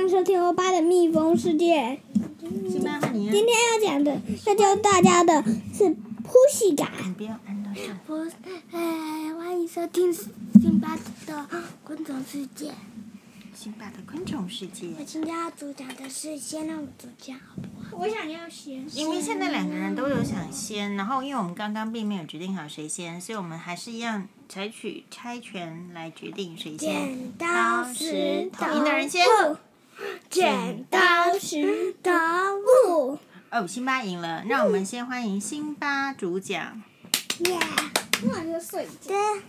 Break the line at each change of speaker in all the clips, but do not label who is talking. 迎收听欧巴的蜜蜂世界。
西班牙你
今天要讲的要教大家的是呼吸感。
不要按到这儿。
不是，哎，欢迎收听辛巴的昆虫世界。
辛巴的昆虫世界。
我今天要主讲的是先让主讲，好不好？
我想要先
因为现在两个人都有想先，然后因为我们刚刚并没有决定好谁先，所以我们还是一样采取猜拳来决定谁先。
剪刀石头
赢的人先。
布，剪刀石头布，
哦，辛巴赢了，那我们先欢迎辛巴主讲。
耶！
突然就睡觉。
的，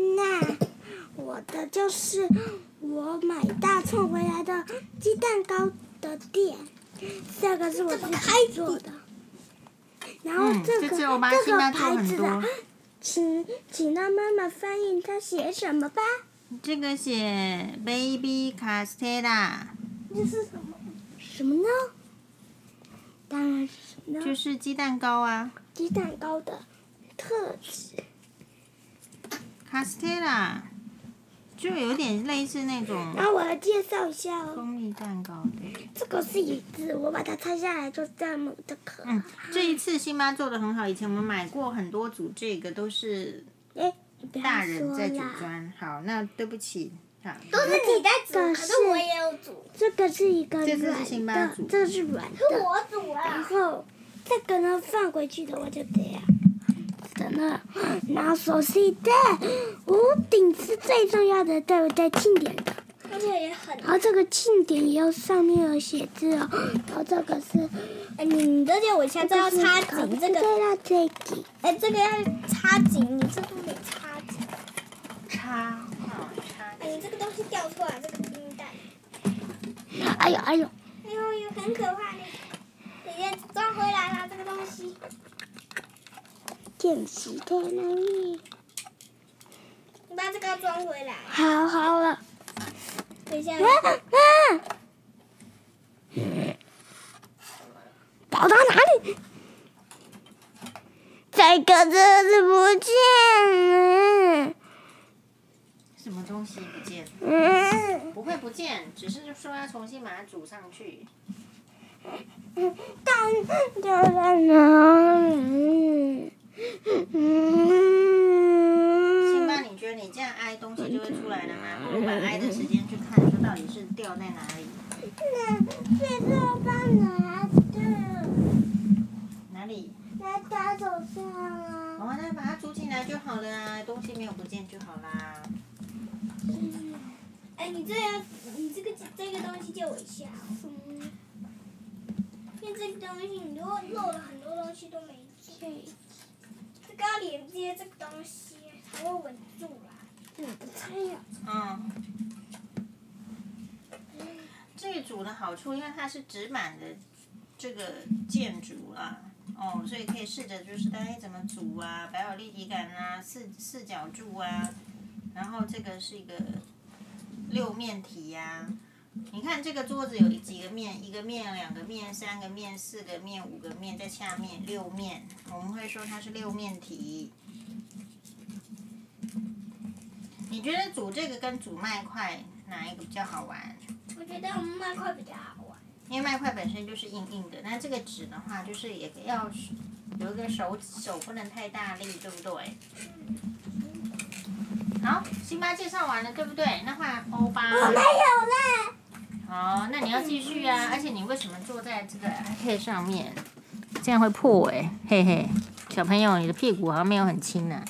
那我的就是我买大葱回来的鸡蛋糕的店，这个是我自己做的。然后
嗯
这
这
个、
次我把
这
辛
个
巴做
牌
很
子
多
的，请请让妈妈翻译它写什么吧。
这个写 Baby Castella，
这是什么？什么呢？当然是什么
就
呢？
是鸡蛋糕啊
鸡蛋糕的特质。
，Castella，就有点类似那种
然后我来介绍一下哦，
蜂蜜蛋糕对。
这个是椅子，我把它拆下来就这么的可爱。
嗯，这一次辛巴做的很好，以前我们买过很多组，这个都是
哎，你不要
大人在组
说啦
装。好，那对不起，好，
都是你在煮，
可
可
是
是我也有煮，
这个是一个
这
软
个是辛巴
的
煮，
这是软
是
的，
我煮
然
啊。
后这个呢放回去的我就这样。真的，然后手是的，屋顶是最重要的，对不对？庆典的，
而且也很，
然后这个庆典也有上面有写字哦，然后这个是，
哎，你你这件我现在要插紧，这个，
对了，这个
哎，这个要插紧，你这都没插紧，
叉，好叉，
哎，你这个东西掉出来，这个冰袋，
哎呦哎呦，
哎呦呦，很可怕的，姐姐装回来了这个东西，
见习在哪里？
你把这个装回来，
好好了，
等一下，
啊啊！跑到哪里？这个真是不见了。
什么东西不见？
嗯，
不会不见，只是说要重新把它煮上去。
蛋掉在哪里？
辛巴，
嗯，
你觉得你这样挨东西就会出来了吗？不如把挨的时间去看，说到底是掉在哪里？
最后放哪的？
哪里？
在他手上啊。
哦，那把它煮起来就好了啊，东西没有不见就好啦。
哎，你这要，你这个这个东西借我一下，因为这个东西你都漏了很多东西都没做，这个要连接这个东西才会稳住啦。
嗯，这个组的好处，因为它是纸板的这个建筑啊，哦，所以可以试着就是大家怎么组啊，摆有立体感啊，四四角柱啊，然后这个是一个六面体呀、你看这个桌子有几个面？一个面、两个面、三个面、四个面、五个面，在下面六面，我们会说它是六面体。你觉得煮这个跟煮麦块哪一个比较好玩？
我觉得我们麦块比较好玩。
因为麦块本身就是硬硬的，那这个纸的话，就是也要有一个手手不能太大力，对不对？好，辛巴介绍完了，对不对？那换欧巴。我没有啦。哦，那你要继续啊！而且你为什么坐在这个 iPad 上面？这样会破哎、嘿嘿。小朋友，你的屁股好像没有很轻啊呢、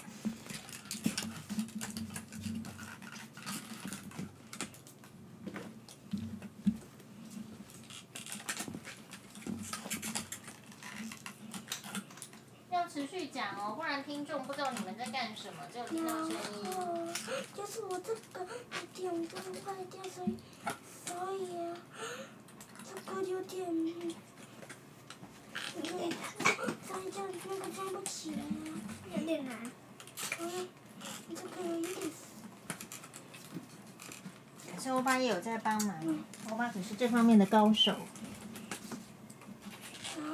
要持续讲哦，不然听众不知道你们在干什么，只有听到声音。
就是我这个有点不坏掉，所以所以啊，这个有点，有点再这样那个装不起来啊，
有点难。
嗯，这个有点
可是欧巴也有在帮忙，欧巴可是这方面的高手。
长，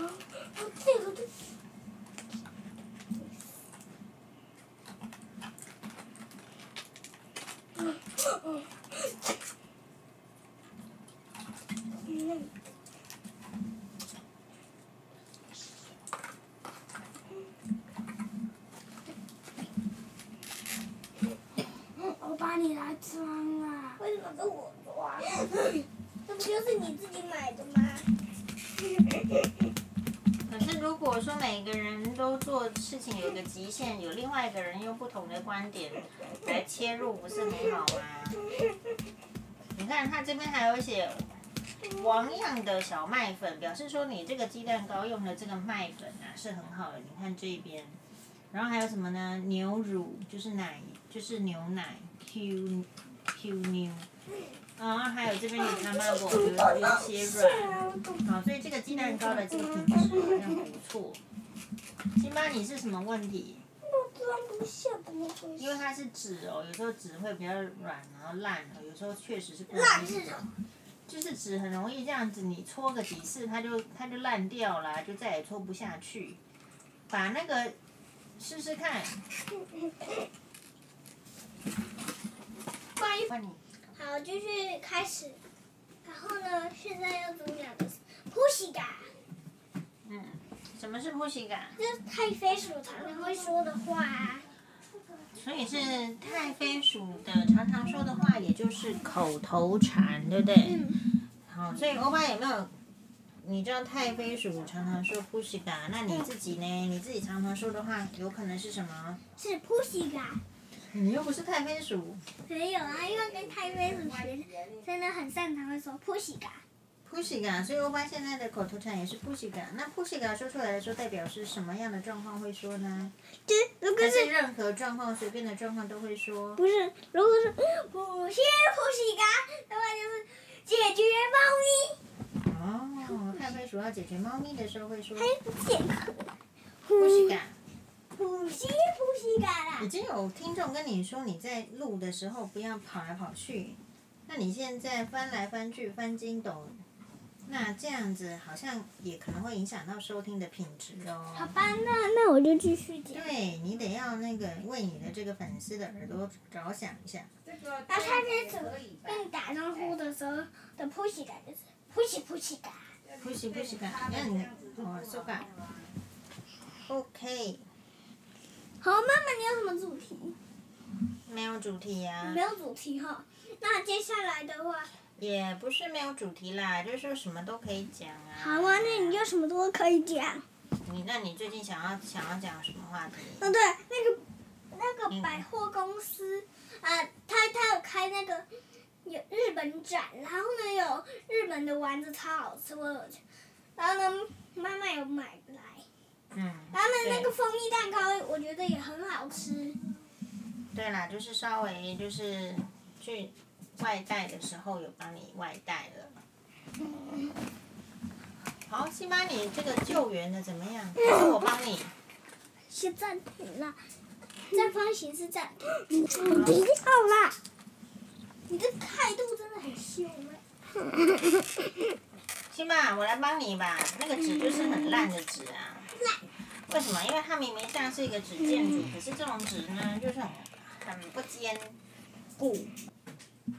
我这个都
被我抓了，这不就是你自己买的吗？
可是如果说每个人都做事情有个极限，有另外一个人用不同的观点来切入，不是很好吗？你看他这边还有写王样的小麦粉，表示说你这个鸡蛋糕用的这个麦粉啊是很好的。你看这边，然后还有什么呢？牛乳就是奶，就是牛奶 Q Q 牛，然后还有这边有他妈果，有有一些软。
啊
好，所以这个鸡蛋糕的这个品质好像不错。辛巴，你是什么问题？
我装不下，怎么回
因为
事？
它是纸哦，有时候纸会比较软，然后烂哦，有时候确实是不
烂
一
是
样
什么？
就是纸很容易这样子，你搓个几次它就它就烂掉啦，就再也搓不下去。把那个试试看，
关于
换你。
好，就是开始。然后呢，现在要读两个字，普西嘎，
嗯，什么是不喜感？
就是太妃鼠常常会说的话啊。
所以是太妃鼠的常常说的话，也就是口头禅，对不对？
嗯。
好，所以欧巴有没有？你知道太妃鼠常常说不喜感，那你自己呢？你自己常常说的话，有可能是什么？
是普西嘎。
你又不是太妃鼠，
没有啊，因为跟太妃鼠学，真的很擅长会说普西嘎。
不喜感，所以欧巴现在的口头禅也是不喜感。那不喜感说出来的时候，代表是什么样的状况会说呢？
就是如果
还
是
是任何状况，随便的状况都会说。
不是，如果是
普西普西嘎，的话就是解决猫咪
哦，太妃鼠要解决猫咪的时候会说
解渴。
不
嗯
喜感。
普西普西嘎啦
已。经有听众跟你说，你在录的时候不要跑来跑去。那你现在翻来翻去翻筋斗，那这样子好像也可能会影响到收听的品质
好
哦。
吧，那
那我就继续讲。
对你得要那个为你的这个粉丝的耳朵着想一下。
然后太妃鼠跟你打招呼的时候的普西嘎就是普西普西嘎。
不行不行，那你哦，苏嘎。OK，
好，妈妈，你有什么主题？
没有主题呀、
没有主题哈。那接下来的话，
也不是没有主题啦，就是说什么都可以讲啊。
好啊，那你有什么都可以讲。
你那你最近想要想要讲什么话题？
嗯，对，那个那个百货公司啊，他他有开那个有日本展，然后呢有日本的丸子超好吃，我有去，然后呢妈妈有买来，
嗯。
然后呢
对
那个蜂蜜蛋糕我觉得也很好吃，
对啦，就是稍微就是去外带的时候有帮你外带了。好，辛巴，你这个救援的怎么样？还是我帮你？
是暂停了，正方形是暂停，
你不要啦！
你这态度真的很凶哎，
辛巴，我来帮你吧。那个纸就是很烂的纸啊。为什么？因为它明明像是一个纸建筑，可是这种纸呢，就是很很不坚固。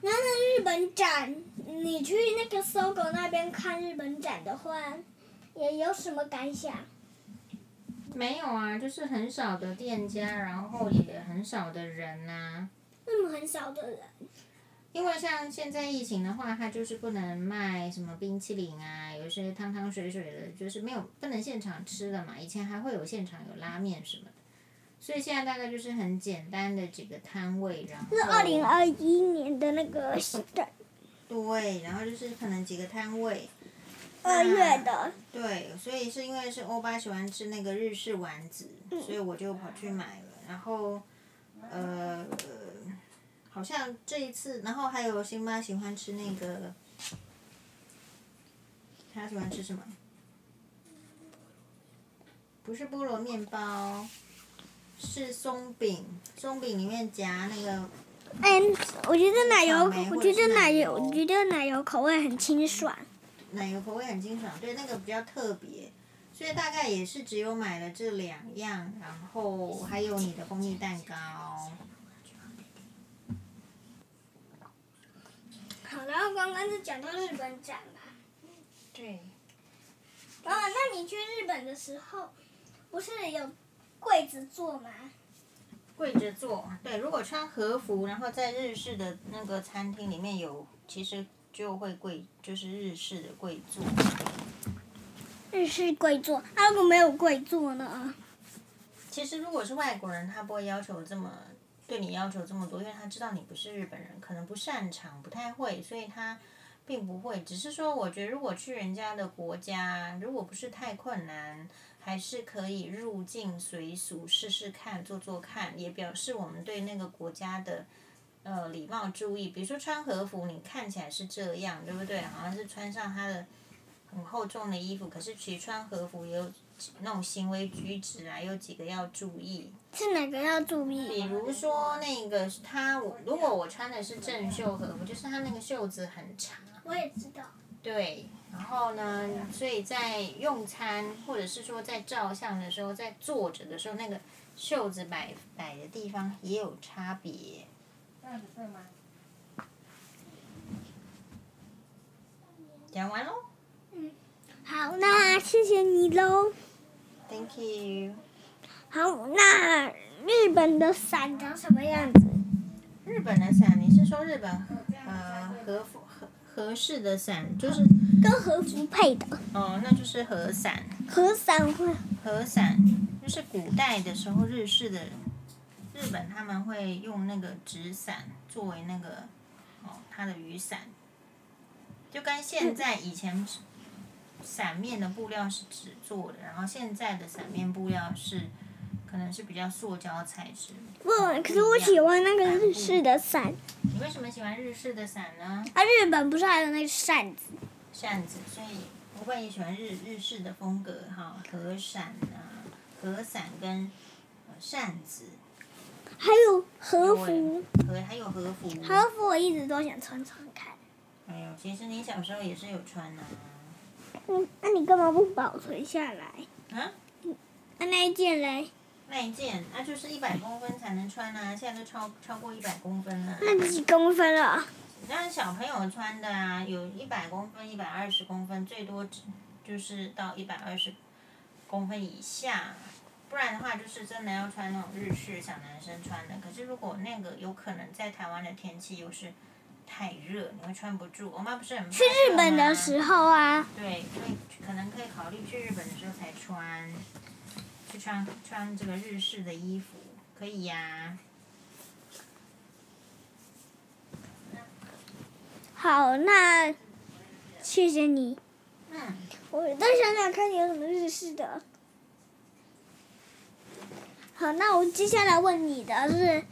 然后呢日本展，你去那个搜狗那边看日本展的话，也有什么感想？
没有啊，就是很少的店家，然后也很少的人啊呐、
那么很少的人，
因为像现在疫情的话，它就是不能卖什么冰淇淋啊，有一些汤汤水水的，就是没有不能现场吃的嘛。以前还会有现场有拉面什么的，所以现在大概就是很简单的几个摊位，然后
是二零二一年的那个的
对，然后就是可能几个摊位，
二月的，
对，所以是因为是欧巴喜欢吃那个日式丸子，所以我就跑去买了。然后，呃，好像这一次，然后还有辛巴喜欢吃那个，他喜欢吃什么？不是菠萝面包，是松饼，松饼里面夹那个
哎，我觉得奶油
草莓，
我
或
觉
者是
得奶油，
奶油
我觉得奶油口味很清爽。
奶油口味很清爽，对，那个比较特别，所以大概也是只有买了这两样，然后还有你的蜂蜜蛋糕。
好，然后刚刚就讲到日本展吧。
对，
哦，那你去日本的时候，不是有柜子坐吗？
跪着做。对，如果穿和服，然后在日式的那个餐厅里面有，其实就会跪，就是日式的跪坐。
日式跪坐，啊，如果没有跪坐呢？
其实如果是外国人，他不会要求这么对你要求这么多，因为他知道你不是日本人，可能不擅长，不太会，所以他并不会。只是说，我觉得如果去人家的国家，如果不是太困难，还是可以入境随俗试试看，做做看，也表示我们对那个国家的。呃，礼貌注意，比如说穿和服，你看起来是这样，对不对？好像是穿上他的很厚重的衣服，可是其实穿和服也有那种行为举止啊，有几个要注意。
是哪个要注
比
意？
如说那个他，我如果我穿的是正袖和服，就是他那个袖子很长，
我也知道，
对。然后呢，所以在用餐或者是说在照相的时候，在坐着的时候，那个袖子摆摆的地方也有差别。讲完喽
好，那谢谢你喽。
，Thank you。
好，那日本的伞长什么样子？
日本的伞，你是说日本呃合服合合适的伞，就是
跟和服配的。
哦，那就是和伞，
和伞会
和伞就是古代的时候日式的日本他们会用那个纸伞作为那个哦它的雨伞，就跟现在以前伞面的布料是纸做的，然后现在的伞面布料是可能是比较塑胶材质。
不，嗯可是我喜欢那个日式的伞。
你为什么喜欢日式的伞呢？
啊，日本不是还有那个扇子？
扇子，所以我会喜欢日日式的风格哈，和伞啊，和伞跟呃扇子，
还有和服，
和还有和服，
和服我一直都想穿穿看。
还有其实你小时候也是有穿的、啊，
嗯，那你干嘛不保存下来？
啊，
那那一件嘞？
那一件那、就是一百公分才能穿啊，现在都超超过一百公分了。
那几公分了？
那小朋友穿的啊，有一百公分、一百二十公分，最多只就是到一百二十公分以下，不然的话就是真的要穿那种日式小男生穿的。可是如果那个有可能在台湾的天气又是太热，你会穿不住。我妈不是很去
去日本的时候啊，
对，可以可能可以考虑去日本的时候才穿，去穿穿这个日式的衣服，可以呀、
好，那谢谢你。
嗯，
我再想想看你有什么日式的。好，那我接下来问你的是，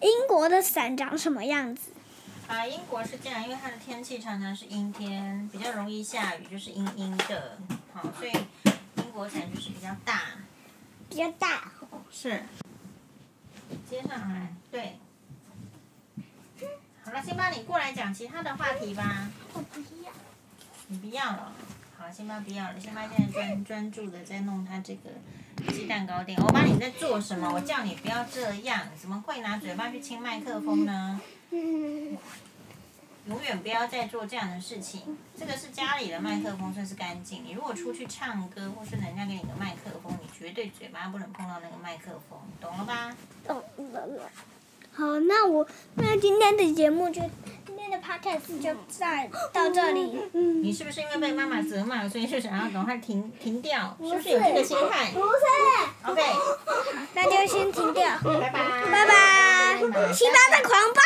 英国的伞长什么样子？
啊，英国是这样，因为它的天气常常是阴天，比较容易下雨，就是阴阴的，好，所以英国伞就是比较大。
比较大。
是。接上来，对。好了，辛巴，你过来讲其他的话题吧。
我不要。
你不要了。好，辛巴不要了。辛巴现在专专注的在弄他这个鸡蛋糕店。欧巴，你在做什么？我叫你不要这样，怎么会拿嘴巴去亲麦克风呢？
嗯，
永远不要再做这样的事情。这个是家里的麦克风，算是干净。你如果出去唱歌，或是人家给你的麦克风，你绝对嘴巴不能碰到那个麦克风，懂了吧？
懂了。好，那我那今天的节目就今天的 podcast 就在到这里。
你是不是因为被妈妈责骂，所以就想要赶快停停掉？是不是
是
有这个心态
不是，
？OK，
那就先停掉，
拜拜，
拜拜。
拜拜
辛巴在狂暴。